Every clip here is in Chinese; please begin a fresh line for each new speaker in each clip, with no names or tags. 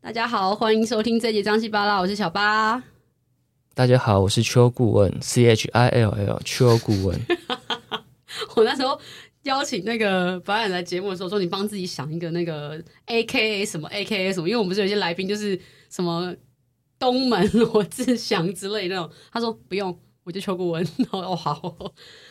大家好，欢迎收听这集张西巴拉，我是小巴。
大家好，我是秋顾问 C H I L L 秋顾 问。
我那时候邀请那个表演来节目的时候，说你帮自己想一个那个 A K A 什么 A K A 什么，因为我们不是有些来宾就是什么东门罗志祥之类那种，他说不用。我就邱顾问，然后哦好哦，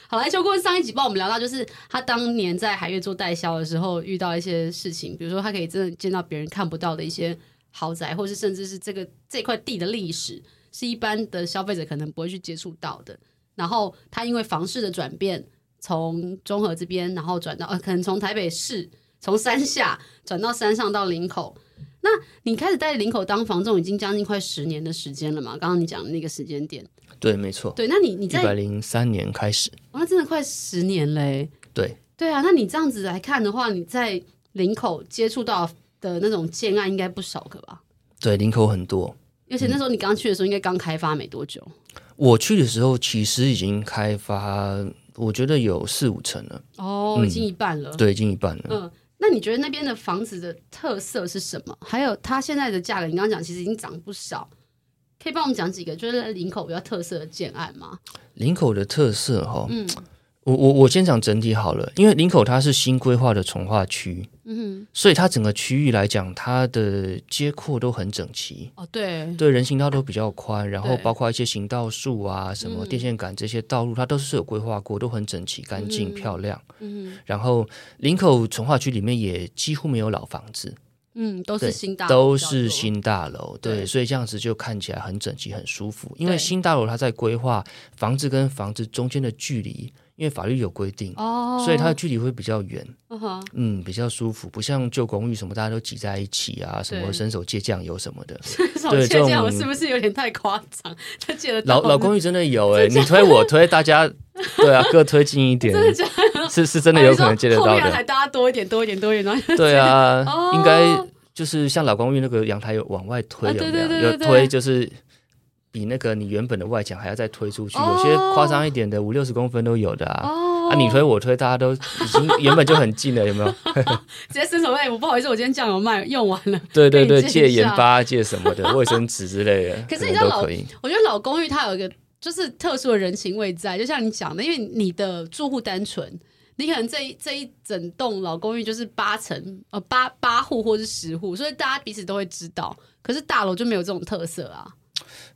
好来邱顾问上一集帮我们聊到，就是他当年在海月做代销的时候遇到一些事情，比如说他可以真的见到别人看不到的一些豪宅，或是甚至是这个这块地的历史，是一般的消费者可能不会去接触到的。然后他因为房市的转变，从中和这边，然后转到呃，可能从台北市从山下转到山上到林口。那你开始在林口当房仲已经将近快十年的时间了嘛？刚刚你讲的那个时间点，
对，没错，
对，那你你
一
在
百零三年开始，
哇，那真的快十年嘞。
对，
对啊，那你这样子来看的话，你在林口接触到的那种建案应该不少个吧？
对，林口很多。
而且那时候你刚去的时候，应该刚开发没多久。
我去的时候其实已经开发，我觉得有四五成了，
哦，已经一半了。
对，已经一半了。
嗯，那你觉得那边的房子的特色是什么？还有它现在的价格，你刚刚讲其实已经涨不少，可以帮我们讲几个就是在林口比较特色的建案吗？
林口的特色哈、
嗯
我我我先讲整体好了，因为林口它是新规划的从化区，
嗯
所以它整个区域来讲，它的街廓都很整齐。
哼，哦对，
对人行道都比较宽，然后
对嗯
包括一些行道树啊、什么电线杆这些道路，它都是有规划过，都很整齐、干净、漂亮。
嗯
然后林口从化区里面也几乎没有老房子，
嗯，都是
对
新大，
都是，新大楼，对，
对
所以这样子就看起来很整齐、很舒服。因
对
为新大楼它在规划房子跟房子中间的距离，因为法律有规定，
哦，
所以它的距离会比较远，
嗯哼
嗯，比较舒服，不像旧公寓什么大家都挤在一起啊，什
对
么伸手借酱油什么的。
手借
这种
样是不是有点太夸张？他借得到
老
吗
老公寓真的有哎、你推我推，大家对啊，各推进一点，是是真的有可能借得
哦你说
到
后面还
的，
大家多一点，多一点，多一点，然后
对啊
哦，
应该就是像老公寓那个阳台有往外推，
啊
有
对
没
对对
有？
对
有
对
推就是。比那个你原本的外墙还要再推出去，
哦
有些夸张一点的五六十公分都有的啊！
哦，
啊，你推我推，大家都已经原本就很近了，有 没有？
直接伸手哎，我不好意思，我今天酱油卖用完了。
对对对，
可以借
借
一下
盐巴、借什 么的，卫生纸之类的，
可是
可
你知道
能都
老
可以。
我觉得老公寓它有一个就是特殊的人情味在，就像你讲的，因为你的住户单纯，你可能这一这一整栋老公寓就是八层呃八八户或是十户，所以大家彼此都会知道。可是大楼就没有这种特色啊。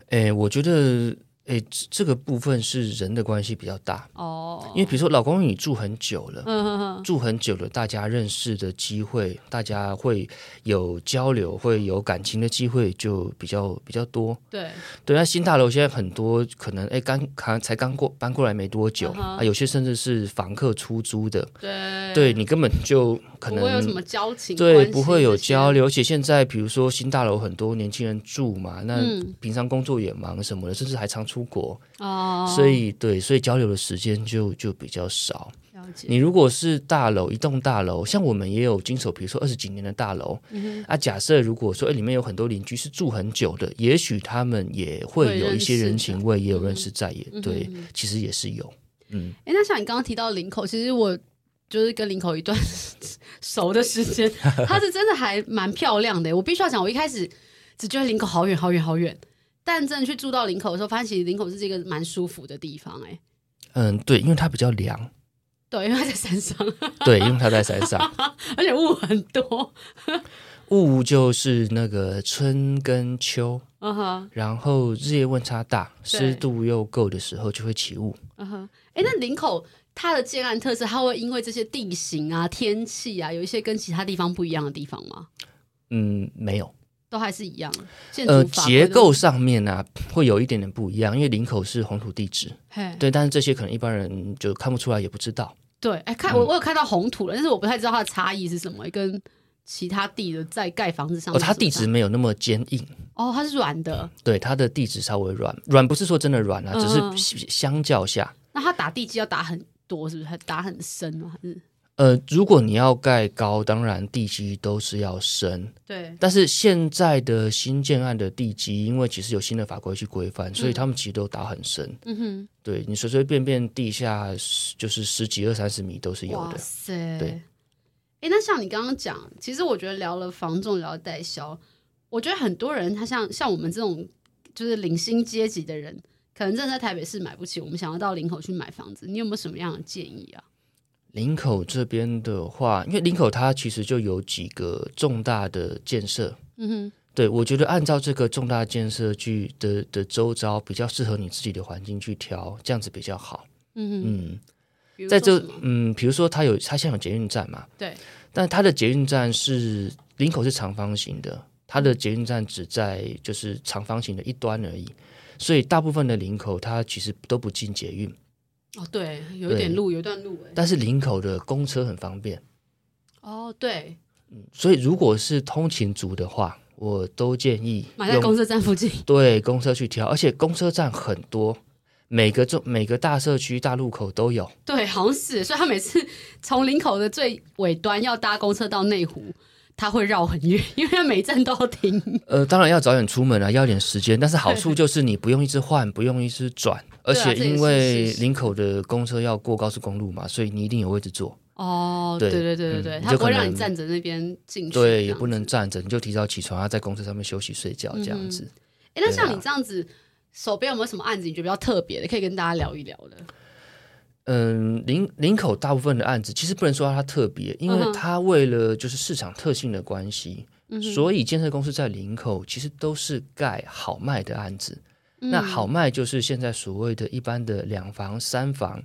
哎，我觉得哎，这这个部分是人的关系比较大。
哦，
因为比如说，老公寓你住很久了，
嗯哼哼，
住很久了，大家认识的机会，大家会有交流，会有感情的机会就比较比较多。
对，
对，那新大楼现在很多可能哎刚刚才刚过搬过来没多久、
嗯哼
啊，有些甚至是房客出租的，
对，
对你根本就可
不会有什
能。
么交情，
对，不会有交
流。
流，而且现在比如说新大楼很多年轻人住嘛，那
嗯
平常工作也忙什么的，甚至还常出国，
哦，
所以对，所以交流的时间就就比较少。
了解。
你如果是大楼，一栋大楼，像我们也有经手，比如说二十几年的大楼，啊，假设如果说、哎里面有很多邻居是住很久的，也许他们也会有一些人情味，也有认识在，也对，其实也是有，嗯，
哎、那像你刚刚提到林口，其实我就是跟林口一段 熟的时间，它是真的还蛮漂亮的。我必须要讲，我一开始只觉得林口好远好远好远，但真的去住到林口的时候，发现其实林口是这个蛮舒服的地方。哎，
嗯，对，因为它比较凉，
对，因为它在山上，
对，因为它在山上，
而且雾很多。
雾就是那个春跟秋，
嗯哼，
然后日夜温差大，
对
湿度又够的时候就会起雾，
嗯哼。哎，那林口它的建案特色，它会因为这些地形啊、天气啊，有一些跟其他地方不一样的地方吗？
嗯，没有。
都还是一样，建筑
呃，
法
结
规都
构上面呢、啊、会有一点点不一样，因为林口是红土地质，
嘿
对，但是这些可能一般人就看不出来，也不知道。
对，哎、看
嗯
我我有看到红土了，但是我不太知道它的差异是什么，跟其他地的在盖房子上
哦，
面是
它
什么差异。
地质没有那么坚硬，
哦，它是软的，
对，它的地质稍微软，软不是说真的软啊，
嗯
只是相相较下，
那它打地基要打很多，是不是？还打很深吗？还是
呃，如果你要盖高，当然地基都是要深，
对
但是现在的新建案的地基，因为其实有新的法规去规范，所以他们其实都打很深。
嗯哼，
对你随随便便地下十就是十几二三十米都是有
哇
的，
塞，
对。
哎、那像你刚刚讲，其实我觉得聊了房仲，聊了代销，我觉得很多人他像像我们这种就是领薪阶级的人，可能真的在台北市买不起，我们想要到林口去买房子，你有没有什么样的建议啊？
林口这边的话，因为林口它其实就有几个重大的建设，
嗯哼，
对我觉得按照这个重大建设去的的周遭比较适合你自己的环境去挑，这样子比较好。
嗯哼，
嗯，
比如
在
说
这
什么
嗯，比如说它有它现在有捷运站嘛，
对，
但它的捷运站是林口是长方形的，它的捷运站只在就是长方形的一端而已，所以大部分的林口它其实都不进捷运，
哦对，有一点
对
路，有一段路哎、
但是林口的公车很方便。
哦对，
所以如果是通勤族的话，我都建议
买在
用
公车站附近，
对公车去挑，而且公车站很多，每个中每个大社区、大路口都有。
对，好像是，所以他每次从林口的最尾端要搭公车到内湖，他会绕很远， 因为他每一站都要停。
呃，当然要早点出门啊，要点时间，但是好处就是你不用一 直换，不用一直转，而
对啊
且
这也
因
是
为
是是
林口的公车要过高速公路嘛，所以你一定有位置坐。
哦，对
对
对对对对，
嗯
他
就
不会
可
让你
能
站着那边进去，
对，也不。能站着，你就提早起床，要在公车上面休息睡觉这样子。
哎，那像
对啊
你这样子，手边有没有什么案子你觉得比较特别的，可以跟大家聊一聊的？
嗯，林林口大部分的案子其实不能说它特别，因
嗯哼嗯
为它为了就是市场特性的关系，所以建设公司在林口其实都是盖好卖的案子。
嗯
那好卖就是现在所谓的一般的两房、三房，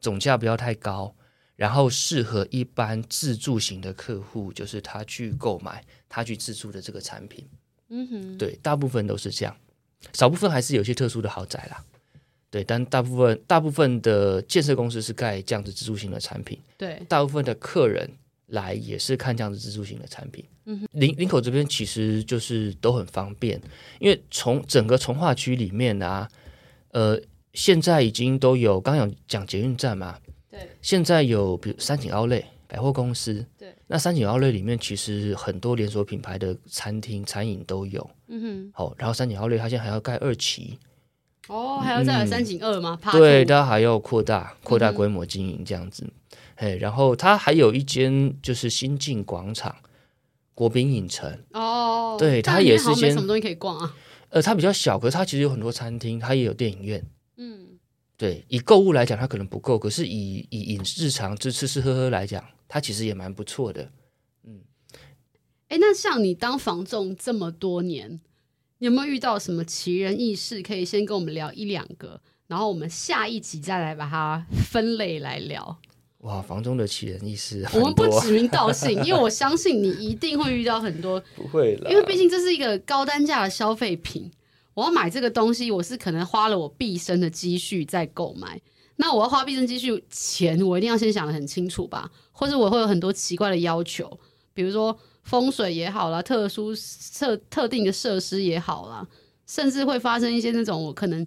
总价不要太高，然后适合一般自住型的客户，就是他去购买、他去自住的这个产品。
嗯哼，
对，大部分都是这样，少部分还是有一些特殊的豪宅啦。对，但大部分大部分的建设公司是盖这样子自助型的产品，
对，
大部分的客人来也是看这样子自助型的产品。嗯，林林口这边其实就是都很方便，因为从整个从化区里面啊，呃，现在已经都有，刚刚有讲捷运站嘛，
对，
现在有比如三井奥莱百货公司，
对，
那三井奥莱里面其实很多连锁品牌的餐厅餐饮都有。
嗯
好、然后三井奥莱它现在还要盖二期，
哼，哦，还要再来三井二吗？怕
对，它还要扩
嗯
大扩大规模经营这样子。嘿，然后它还有一间就是新进广场国宾影城，
哦，
对
但
它
里面
也是
好像没
先
什么东西可以逛啊。
呃，它比较小，可是它其实有很多餐厅，它也有电影院。
嗯，
对，以购物来讲，它可能不够，可是以以饮日常之吃吃喝喝来讲，它其实也蛮不错的。
哎，那像你当房仲这么多年，你有没有遇到什么奇人异事？可以先跟我们聊一两个，然后我们下一集再来把它分类来聊。
哇，房中的奇人异事
我
很
们不
多，
指名道姓，因为我相信你一定会遇到很多，
不会了
因为毕竟这是一个高单价的消费品。我要买这个东西，我是可能花了我毕生的积蓄在购买。那我要花毕生积蓄前，我一定要先想得很清楚吧，或者我会有很多奇怪的要求，比如说风水也好啦，特殊特特定的设施也好啦，甚至会发生一些那种我可能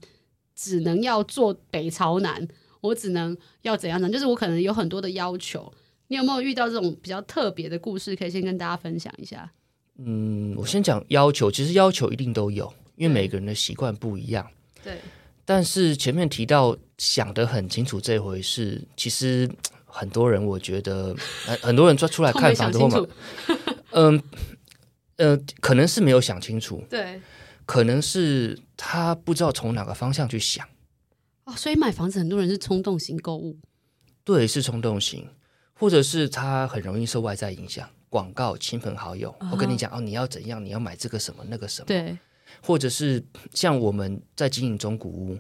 只能要做北朝南，我只能要怎样呢？就是我可能有很多的要求。你有没有遇到这种比较特别的故事，可以先跟大家分享一下？
嗯，我先讲要求，其实要求一定都有，因为每个人的习惯不一样。
对，
但是前面提到想得很清楚这回事，其实很多人我觉得， 很很多人出出来
都没
看
想
房子
清
后嘛
楚，，
嗯呃，可能是没有想清楚，
对
可能是他不知道从哪个方向去想，
哦，所以买房子很多人是冲动型购物，
对，是冲动型，或者是他很容易受外在影响。广告、亲朋好友，
啊
我跟你讲哦，你要怎样，你要买这个什么那个什么，
对，
或者是像我们在经营中古屋，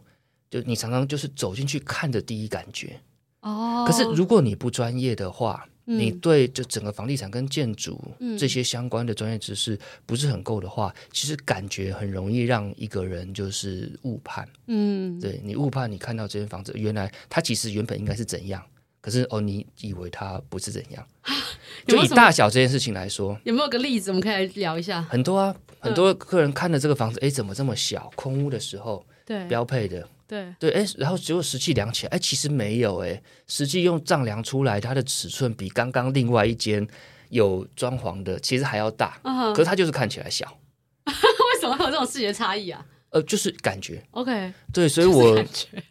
就你常常就是走进去看的第一感觉，
哦，
可是如果你不专业的话，
嗯
你对就整个房地产跟建筑
嗯
这些相关的专业知识不是很够的话，其实感觉很容易让一个人就是误判。
嗯，
对你误判，你看到这间房子，原来它其实原本应该是怎样，可是哦，你以为它不是怎样。
啊有没有
就以
什么
大小这件事情来说，
有没有个例子我们可以来聊一下？
很多啊，
嗯
很多客人看了这个房子，哎，怎么这么小？空屋的时候
对
标配的，
对，
对，哎，然后结果实际量起来，哎，其实没有，哎，实际用丈量出来，它的尺寸比刚刚另外一间有装潢的其实还要大，
啊哈，
可是它就是看起来小，
为什么会有这种视觉差异啊
呃，就是感觉，
？OK，
对，所以
就是
我
感觉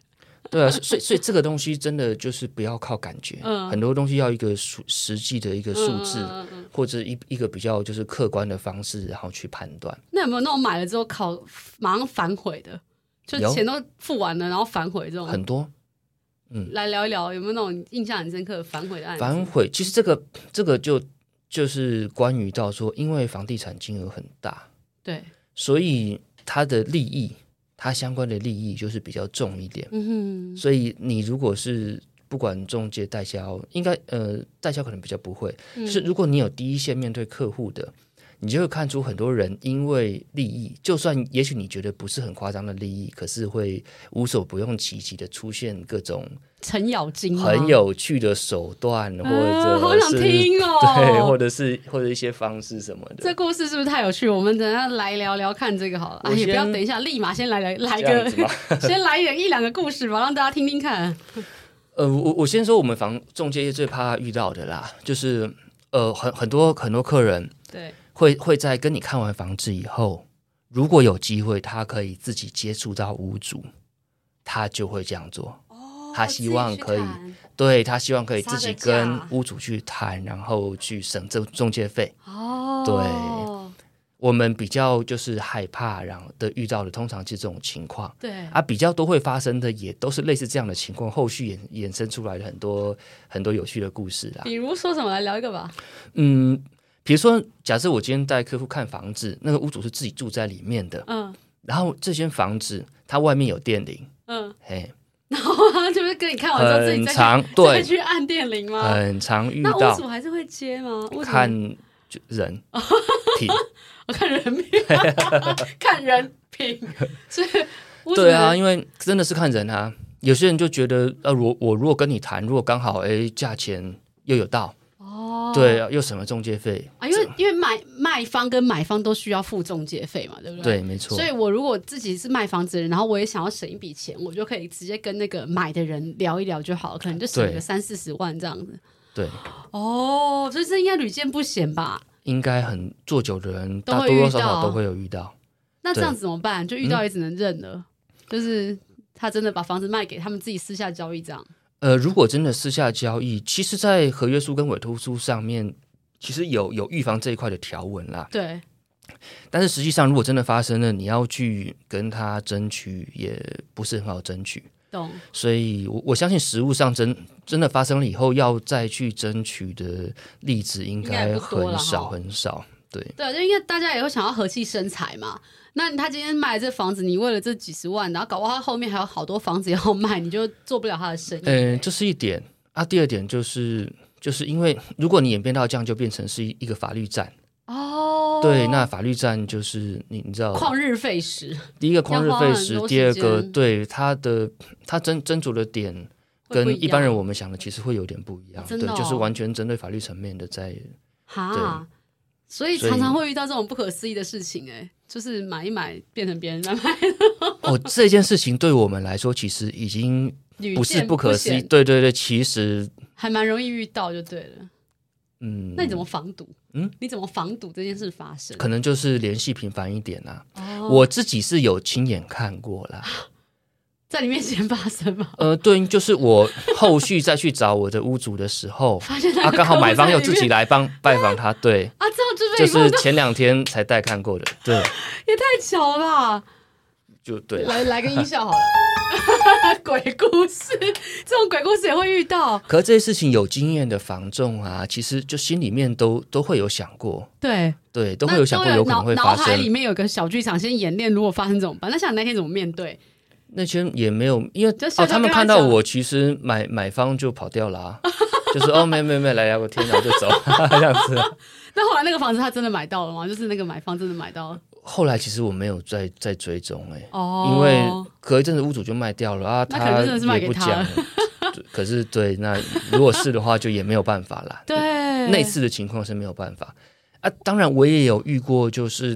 对啊，所以所以这个东西真的就是不要靠感觉，
嗯
很多东西要一个数实际的一个数字，
嗯嗯嗯嗯
或者一一个比较就是客观的方式，然后去判断。
那有没有那种买了之后考马上反悔的？就
有
钱都付完了，然后反悔这种？
很多
来聊一聊，有没有那种印象很深刻的反悔的案子？
反悔，其实这个这个就就是关于到说，因为房地产金额很大，
对，
所以它的利益，它相关的利益就是比较重一点。
嗯哼，
所以你如果是不管中介代销，应该呃代销可能比较不会，
嗯
是如果你有第一线面对客户的，你就会看出很多人因为利益，就算也许你觉得不是很夸张的利益，可是会无所不用其极的出现各种
程咬金吗
很有趣的手段，或
啊好
者
想
是、
听哦
对，或者是或者一些方式什么的。
这故事是不是太有趣？我们等一下来聊聊看这个好了。
我
哎，也不
先
要等一下，立马先来来来
这样子吗
个， 先来一一两个故事吧，让大家听听看。
呃，我我先说我们房中介业最怕遇到的啦，就是呃很很多很多客人
对，
会会在跟你看完房子以后，如果有机会，他可以自己接触到屋主，他就会这样做。他希望可以
哦自己去看
对他希望可以
杀
自己
个价
跟屋主去谈，然后去省这中介费。
哦，
我们比较就是害怕，然后的遇到的通常是这种情况。
对对
啊，比较多会发生的也都是类似这样的情况，后续衍衍生出来的很多很多有趣的故事啦。
比如说什么来聊一个吧？
嗯，比如说，假设我今天带客户看房子，那个屋主是自己住在里面的，
嗯
然后这间房子它外面有电铃，
嗯，
嘿，
就是跟你看完之后自己
很
再去
常
再
对，
去按电铃吗？
很常遇
那
到
屋主还是会接吗？屋主哦
看就人品，
我哦看人 品，看人品，所以 屋主
对啊，，因为真的是看人啊。有些人就觉得，呃，我我如果跟你谈，如果刚好哎价钱又有到，
哦，
对，啊又省了中介费，
啊，因为因为买卖方跟买方都需要付中介费嘛，对不对？
对，没错
所，以，我如果自己是卖房子的人，然后我也想要省一笔钱，我就可以直接跟那个买的人聊一聊就好了，可能就省
对
个三四十万这样子。
对，
哦，所以这应该屡见不鲜吧？
应该很做久的人，
都
大
会
多
遇
多少少
到
都会有遇到。
那这
对嗯
样子怎么办？就遇到也只能认了，就是他真的把房子卖给他们自己私下交易这样。
呃，如果真的私下交易，其实，在合约书跟委托书上面，其实有有预防这一块的条文啦。
对，
但是实际上，如果真的发生了，你要去跟他争取，也不是很好争取。
懂。
所以我，我相信实物上真真的发生了以后，要再去争取的例子应
应该也
该
不多了
很少
哈
很少。对，
对，就因为大家也会想要和气生财嘛。那他今天卖这房子，你为了这几十万，然后搞不好他后面还有好多房子要卖，你就做不了他的生意。
嗯、这是一点啊。第二点就是，就是因为如果你演变到这样，就变成是一一个法律战。
哦，
对，那法律战就是你你知道，
旷日费时，
第一个旷日费时
要花很，多时间
第二个对它的它斟斟酌的点
会不
跟
一
一般
样
人我们想的其实会有点不一样，
真
对
的哦，
就是完全针对法律层面的在，
哈
对，
所以
所以
常常会遇到这种不可思议的事情、哎，就是买一买变成别人在卖，
哦，这件事情对我们来说其实已经
屡
不是
见不
不可思议，
鲜，
对对对，其实
还蛮容易遇到就对了。
嗯
那，你怎么防堵？嗯
嗯，
你怎么防堵这件事发生？
可能就是联系频繁一点啦、
哦
我自己是有亲眼看过啦，
在你面前发生吗？。
呃，对，就是我后续再去找我的屋主的时候
发现那个
啊，刚好
客户
买方
在
又
里
自己
面
来帮拜访他，对，
啊，这样就被
就
你碰
是
到
前两天才带看过的，对，
也太巧了吧！
就对。
来来个音效 好了。鬼故事，这种鬼故事也会遇到。
可这些事情有经验的房仲啊，其实就心里面都都会有想过，
对，
对，都
那
会有想过
都
有可能会
脑脑
发
海里
生。
面有个小剧场，先演练，如果发生怎么办？那想那天怎么面对？
那些也没有，因为
就笑笑
哦，他
跟
们
他
看到
讲
我，其实买买方就跑掉了、啊，就是哦，没没没，来聊个天，然后就走 这样子。
那后来那个房子他真的买到了吗？就是那个买方真的买到了
后来其实我没有再再追踪哎、
哦，
因为隔一阵子屋主就卖掉了啊，
那可能
他
真的是卖
也
给
不
他
讲
了
了。 对可是对，那如果是的话，就也没有办法啦。
对
那次的情况是没有办法啊。当然，我也有遇过，就是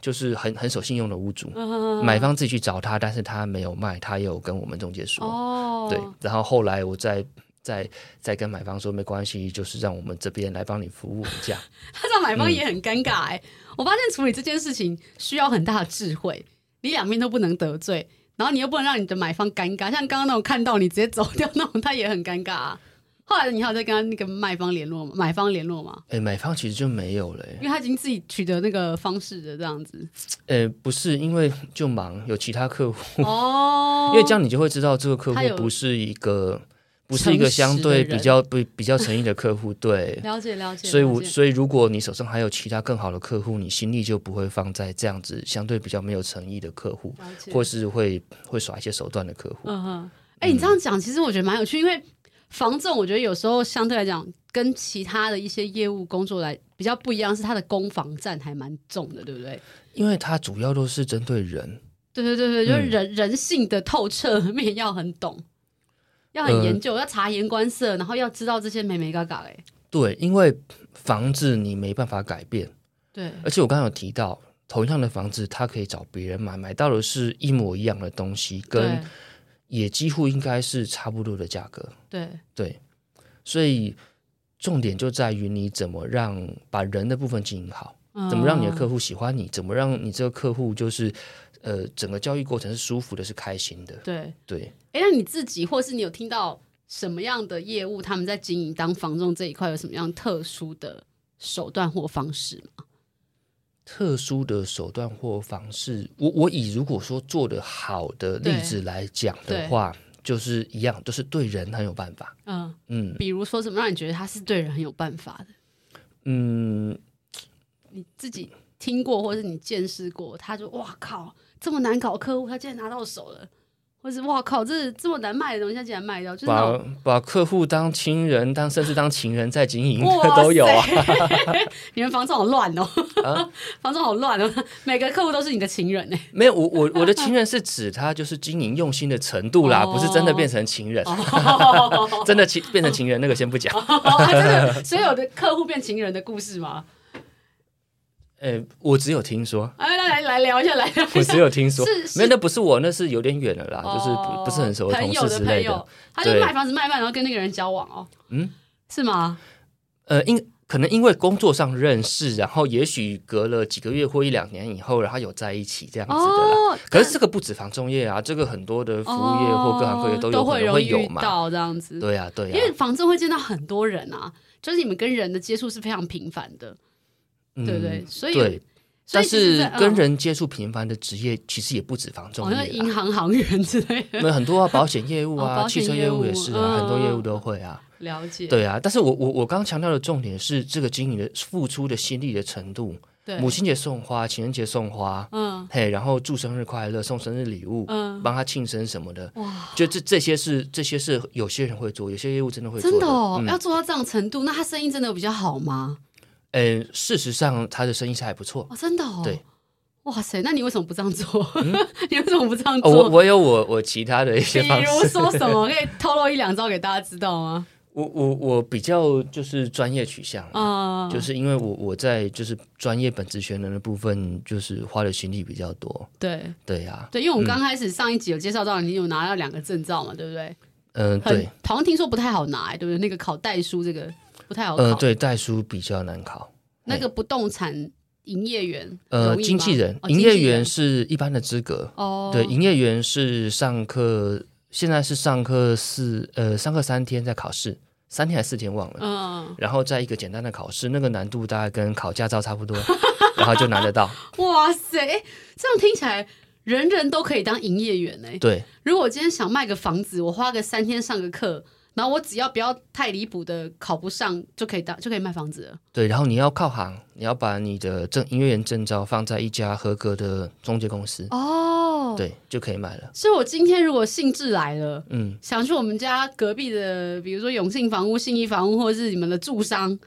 就是很很守信用的屋主，
嗯
买方自己去找他，但是他没有卖，他也有跟我们中介说，
哦，
对。然后后来我再再再跟买方说，没关系，就是让我们这边来帮你服务这样。
他让买方
嗯
也很尴欸尬哎、我发现处理这件事情需要很大的智慧，你两边都不能得罪，然后你又不能让你的买方尴尬，像刚刚那种看到你直接走掉那种，他也很尴尬啊。后来你还有在跟他那个卖方联络吗？买方联络吗？
哎、买方其实就没有了、欸
因为他已经自己取得那个方式的这样子。
呃，不是因为就忙，有其他客户，
哦，
因为这样你就会知道这个客
他有
户不是一个不
诚
是
实
一个相对
的人
比较不比较诚意的客户，对。
了解了解。
所以
了
我，
解
所以如果你手上还有其他更好的客户，你心力就不会放在这样子相对比较没有诚意的客户，
了解
或是会会耍一些手段的客户。
嗯哼，哎、你这样讲，其实我觉得蛮有趣，因为房仲，我觉得有时候相对来讲，跟其他的一些业务工作来比较不一样，是它的攻防战还蛮重的，对不对？
因为它主要都是针对人，
对对对对，就是
嗯
人、人性的透彻面要很懂，要很
呃
研究，要察言观色，然后要知道这些美美嘎嘎、哎，
对，因为房子你没办法改变，
对，
而且我刚刚有提到，同样的房子它可以找别人买，买到的是一模一样的东西，跟也几乎应该是差不多的价格，
对对
对，所以重点就在于你怎么让把人的部分经营好。
嗯哦
怎么让你的客户喜欢你？怎么让你这个客户就是，呃，整个交易过程是舒服的，是开心的
嗯？对？
对，
哎、那你自己或是你有听到什么样的业务，他们在经营当房仲这一块有什么样特殊的手段或方式吗？
特殊的手段或方式，我我以如果说做的好的例子来讲
对
的话，就是一样，就是对人很有办法。
嗯、
嗯
比如说什么让你觉得他是对人很有办法的，
嗯，
你自己听过或是你见识过，他就哇靠，这么难搞的客户，他竟然拿到手了，或是哇靠，这这么难卖的东哦西，他竟然卖掉，就是那
把
种
把客户当亲人，当甚至当情人在经营
哇塞
的都有啊。
你们房仲好乱哦，房仲好乱哦，每个客户都是你的情人呢。
没有，我我我的情人是指他就是经营用心的程度啦，
哦
不是真的变成情人。
哦，
真的情变成情人那个先 不讲。
真的，所以有的客户变情人的故事吗？
呃、我只有听说。
哎，来来来聊一下，来聊一下。
我只有听 说
是，是
没有，那不是我，那是有点远了啦，啊就是
哦
不不是很熟的
朋
同
友
事
的
之
朋
类
友
的。，
他就
对
卖房子卖卖，然后跟那个人交往哦，
嗯，
是吗？
呃，因可能因为工作上认识，然后也许隔了几个月或一两年以后，然后有在一起这样子的啦。
哦，
可是这个不止房中业啊，这个很多的服务业或各行各业都有
哦都
可
会
能
容易
会
遇
有嘛。
到这样子。
对呀、对啊
因
呀、
为房仲会见到很多人啊，就是你们跟人的接触是非常频繁的，
嗯
对不对？所以，
对。
所以
但
其实
是
在
跟人接触频繁的职业，其实也不止房
嗯
中
好像
业
银
啦，
行行员之类的，
那很多啊，保险业务
哦
啊，
保险
汽车
业
业
务
务也是
嗯
啊，很多业务都会啊。
了解。
对啊，但是我我我刚刚强调的重点是这个经营的付出的心力的程度。
对，
母亲节送花，情人节送花，
嗯
嘿，然后祝生日快乐，送生日礼物，
嗯，
帮他庆生什么的，
哇，
就这这些是这些是有些人会做，有些业务真的会做
真的哦，
嗯
要做到这样程度，那他生意真的有比较好吗？
呃，事实上他的生意是还不错。
哦，真的哦。
对。
哇塞，那你为什么不这样做？你为什么不这样
哦，我
做？
我有我我其他的一
比
些方
如
式，
说什么，可以透露一两招给大家知道吗？
我我我比较就是专业取向，
啊，
就是因为我我在就是专业本职学能的部分，就是花的心力比较多。
对
对啊呀、
对，因为我们刚开始上一集有介绍到，你有拿到两个证照嘛，对不对？
嗯、
很
对，
好像听说不太好拿、对不对？那个考代书这个不太好考，
呃，对，代书比较难考。
那个不动产营业员，
呃，
容易吗
经纪人、
哦
营
经纪
业员是一般的资格，
哦，
对，营业员是上课，现在是上课四呃，上课三天在考试，三天还是四天忘了，
嗯，
然后再一个简单的考试，那个难度大概跟考驾照差不多，然后就拿 得到。
哇塞，诶这样听起来人人都可以当营业员呢、欸
对，
如果我今天想卖个房子，我花个三天上个课，然后我只要不要太离谱的考不上，就可以当就可以卖房子了。
对，然后你要靠行，你要把你的证营业员证照放在一家合格的中介公司，
哦，
对，就可以买了。
所以我今天如果兴致来了。
嗯，
想去我们家隔壁的，比如说永信房屋、信义房屋，或者是你们的住商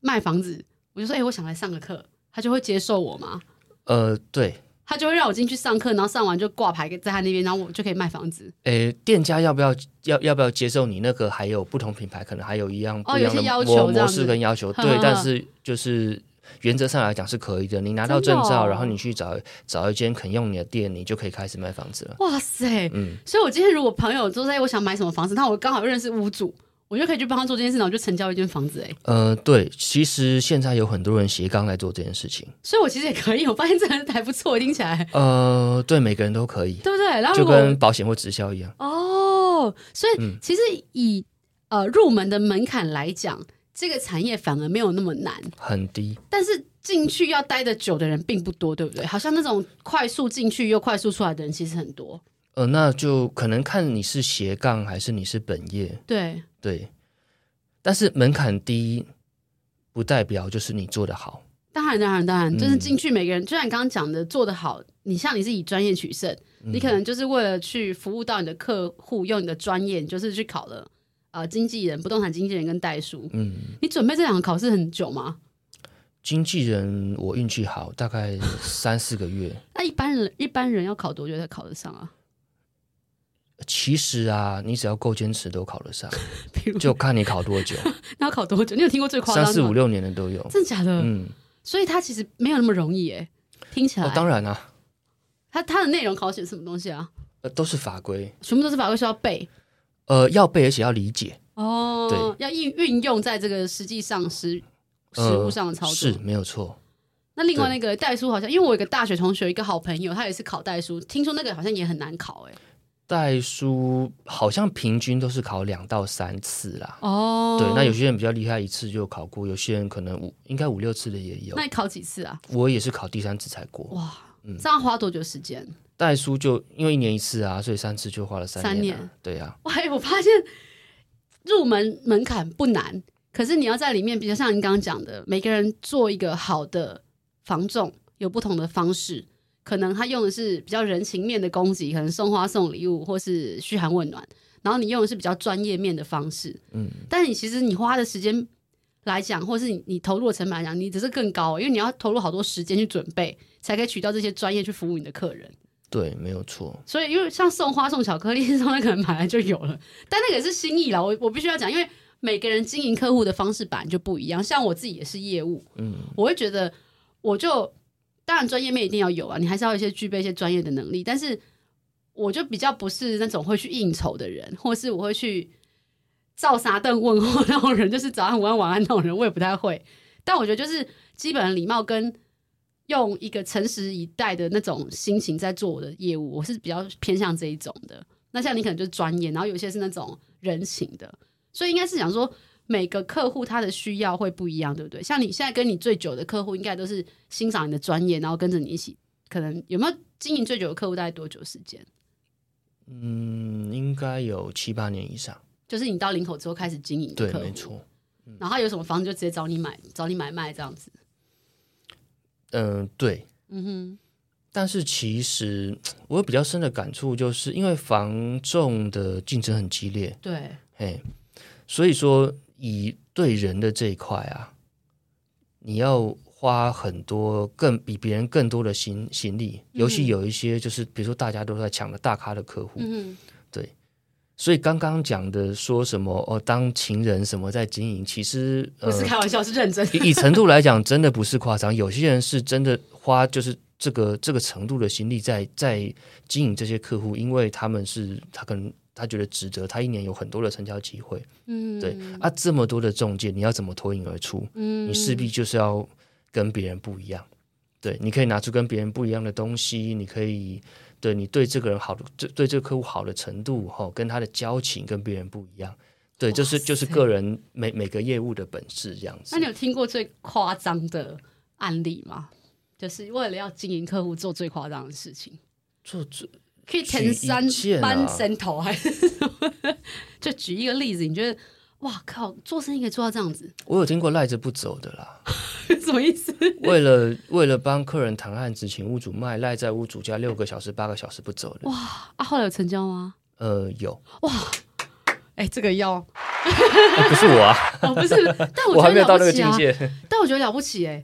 卖房子，我就说，哎、我想来上个课，他就会接受我吗？
呃，对，
他就会让我进去上课，然后上完就挂牌在他那边，然后我就可以卖房子。
诶，店家要不要要要不要接受你那个？还有不同品牌可能还有一样
哦
不一样
有些
的模、
要求这样
模
子
式跟要求，
呵
对
呵，
但是就是原则上来讲是可以的。你拿到
真
证
的哦
照，然后你去找找一间肯用你的店，你就可以开始卖房子了。
哇塞！
嗯
所以我今天如果朋友说，哎，我想买什么房子，那我刚好认识屋主，我就可以去帮他做这件事，然后就成交一间房子哎、
呃，对，其实现在有很多人斜杠来做这件事情。
所以我其实也可以，我发现这个还不错，听起来
呃，对，每个人都可以，
对不对？然后
就
如果
跟保险或直销一样。
哦，所以其实以、呃入门的门槛来讲，这个产业反而没有那么难，
很低，
但是进去要待的久的人并不多，对不对？好像那种快速进去又快速出来的人其实很多，
呃，那就可能看你是斜杠还是你是本业，
对，
对。但是门槛低，不代表就是你做得好，
当然，当然，当然，
嗯
就是进去每个人，就像你刚刚讲的，做得好，你像你是以专业取胜，你可能就是为了去服务到你的客户，用你的专业，你就是去考了呃经纪人、不动产经纪人跟代书。
嗯。
你准备这两个考试很久吗？
经纪人我运气好，大概三四个月。
那一般人一般人要考多久才考得上啊？
其实啊，你只要够坚持，都考得上，
比如
就看你考多久，
那要 考多久？你有听过最夸张
三
的吗？
四五六年的都有。
真的假的？
嗯，
所以它其实没有那么容易诶。听起来，
哦，当然啊，
它它的内容考选什么东西啊？
呃都是法规，
全部都是法规需要背
呃，要背而且要理解，
哦，
对
要运运用在这个实际上实实
呃
物上的操作。
是没有错。
那另外那个代书好像，因为我有一个大学同学，一个好朋友，他也是考代书，听说那个好像也很难考诶。
代书好像平均都是考两到三次啦。
哦
对，那有些人比较厉害，一次就考过；有些人可能五应该五六次的也有
那。你哦考几次啊？
我也是考第三次才过。
哇，
嗯
这样花多久时间？
代书就因为一年一次啊，所以三次就花了三
三
啊
年
对啊，
哇，哎我发现入门门槛不难，可是你要在里面，比较像你刚刚讲的，每个人做一个好的防重，有不同的方式。可能他用的是比较人情面的攻击，可能送花送礼物或是嘘寒问暖，然后你用的是比较专业面的方式。
嗯，
但你其实你花的时间来讲，或是你你投入的成本来讲，你只是更高，因为你要投入好多时间去准备，才可以取到这些专业去服务你的客人。
对，没有错。
所以因为像送花送巧克力，送那可能本来就有了，但那个也是心意啦。我我必须要讲，因为每个人经营客户的方式本来就不一样。像我自己也是业务，嗯，我会觉得我就当然专业面一定要有啊，你还是要有一些具备一些专业的能力，但是我就比较不是那种会去应酬的人，或是我会去照啥凳问候那种人，就是早安、午安、晚安那种人，我也不太会。但我觉得就是基本的礼貌跟用一个诚实以待的那种心情在做我的业务，我是比较偏向这一种的。那像你可能就是专业，然后有些是那种人情的，所以应该是想说每个客户他的需要会不一样，对不对？像你现在跟你最久的客户，应该都是欣赏你的专业，然后跟着你一起。可能有没有经营最久的客户大概多久时间？
嗯，应该有七八年以上。
就是你到林口之后开始经营的
对，
客户，
没。错。
然后他有什么房子就直接找你买，找你买卖这样子。
嗯，对。
嗯哼，
但是其实我有比较深的感触，就是因为房仲的竞争很激烈，
对，
嘿，所以说以对人的这一块啊，你要花很多更比别人更多的心心力，
嗯
尤其有一些就是比如说大家都在抢的大咖的客户，
嗯
所以刚刚讲的说什么哦，当情人什么在经营，其实
哼，不
呃
是，开玩笑，是认真。
以以程度来讲，真的不是夸张，有些人是真的花就是。这个这个程度的心力在在经营这些客户，因为他们是他可能他觉得值得，他一年有很多的成交机会，
嗯，
对啊，这么多的中介，你要怎么脱颖而出？
嗯，
你势必就是要跟别人不一样。对，你可以拿出跟别人不一样的东西，你可以对你对这个人好的，对对这个客户好的程度，哈、跟他的交情跟别人不一样。对，
哇
就是就是
塞
个人每每个业务的本事这样子
那。你有听过最夸张的案例吗？就是为了要经营客户做最夸张的事情，
做做
可以前三
举一件啊
搬枕头还是什么？ 就举一个例子，你觉得哇靠，做生意可以做到这样子，
我有听过赖着不走的啦，
什么意思？
为了 为了帮客人谈案子，请屋主卖，赖在屋主家六个小时、八个小时不走的。
啊，后来有成交吗？
呃，有、
哎、这个要
啊不是我啊，
哦，不是，但我
我还
觉
没
得
有到
了不
那个
起
境
啊，
界。
但我觉得了不起哎、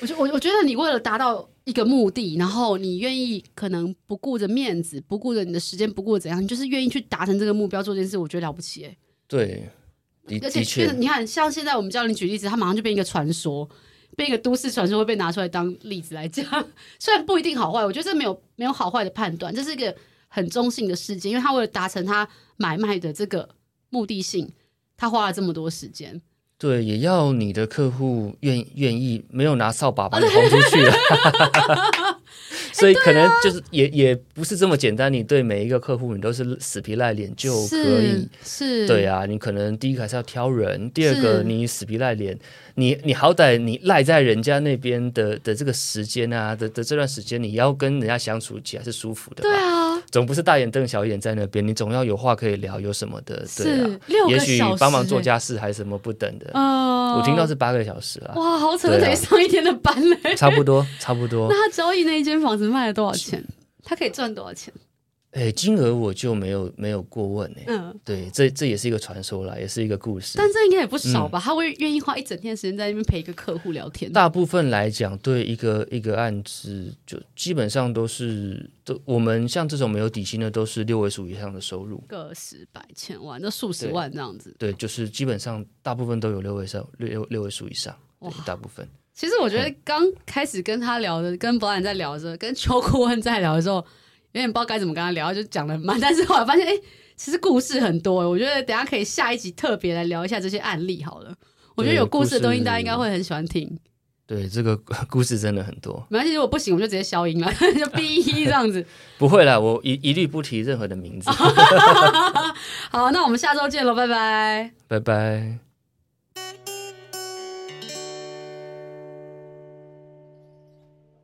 我觉我我觉得你为了达到一个目的，然后你愿意可能不顾着面子，不顾着你的时间，不顾着怎样，你就是愿意去达成这个目标做这件事，我觉得了不起哎、
对，的
而且
的
就是
确，
你看，像现在我们教你举例子，它马上就变一个传说，变一个都市传说，会被拿出来当例子来讲。虽然不一定好坏，我觉得这没有没有好坏的判断，这是一个很中性的事件，因为他为了达成他买卖的这个目的性，他花了这么多时间，
对，也要你的客户愿愿意没有拿扫把
哦
把你轰出 去了，所
哎啊
以可能就是也也不是这么简单。你对每一个客户，你都是死皮赖脸就哦可以
是，是，
对啊，你可能第一个还是要挑人，第二个
是
你死皮赖脸，你你好歹你赖在人家那边的的这个时间啊的的这段时间，你要跟人家相处起来是舒服的吧，
对啊，
总不是大眼瞪小眼在那边，你总要有话可以聊，有什么的，对啊
是，六个
也
小时
许帮忙做
欸
家事还是什么不等的，
嗯，
我听到是八个小时啦，
哇，好扯，那
对啊
等于上一天的班嘞。
差不多，差不多。
那他交易那一间房子卖了多少钱？他可以赚多少钱？
哎，金额我就没有没有过问哎、
嗯，
对，这这也是一个传说啦，也是一个故事。
但这应该也不少吧？他会愿意花一整天的时间在那边陪一个客户聊天。
大部分来讲，对一个一个案子，就基本上都是都我们像这种没有底薪的，都是六位数以上的收入。
个十百千万，那数十
对
万这样子。
对，就是基本上大部分都有六位上六六六位数以上，对
哇，
大部分
其实我觉得刚开始跟他聊的，跟博兰在聊的时候，跟邱顾问在聊的时候，有点不知道该怎么跟他聊，就讲的慢。 但是后来发现，哎、其实故事很多、我觉得等一下可以下一集特别来聊一下这些案例好了。我觉得有故事的东西，
故事
大家应该会很喜欢听。
对这个 故事真的很多。
没关系，如果不行，我就直接消音了， 就 B 一这样子。
不会啦，我一一律不 提任何的名字，
好，那我们下周见喽，拜拜。
拜拜。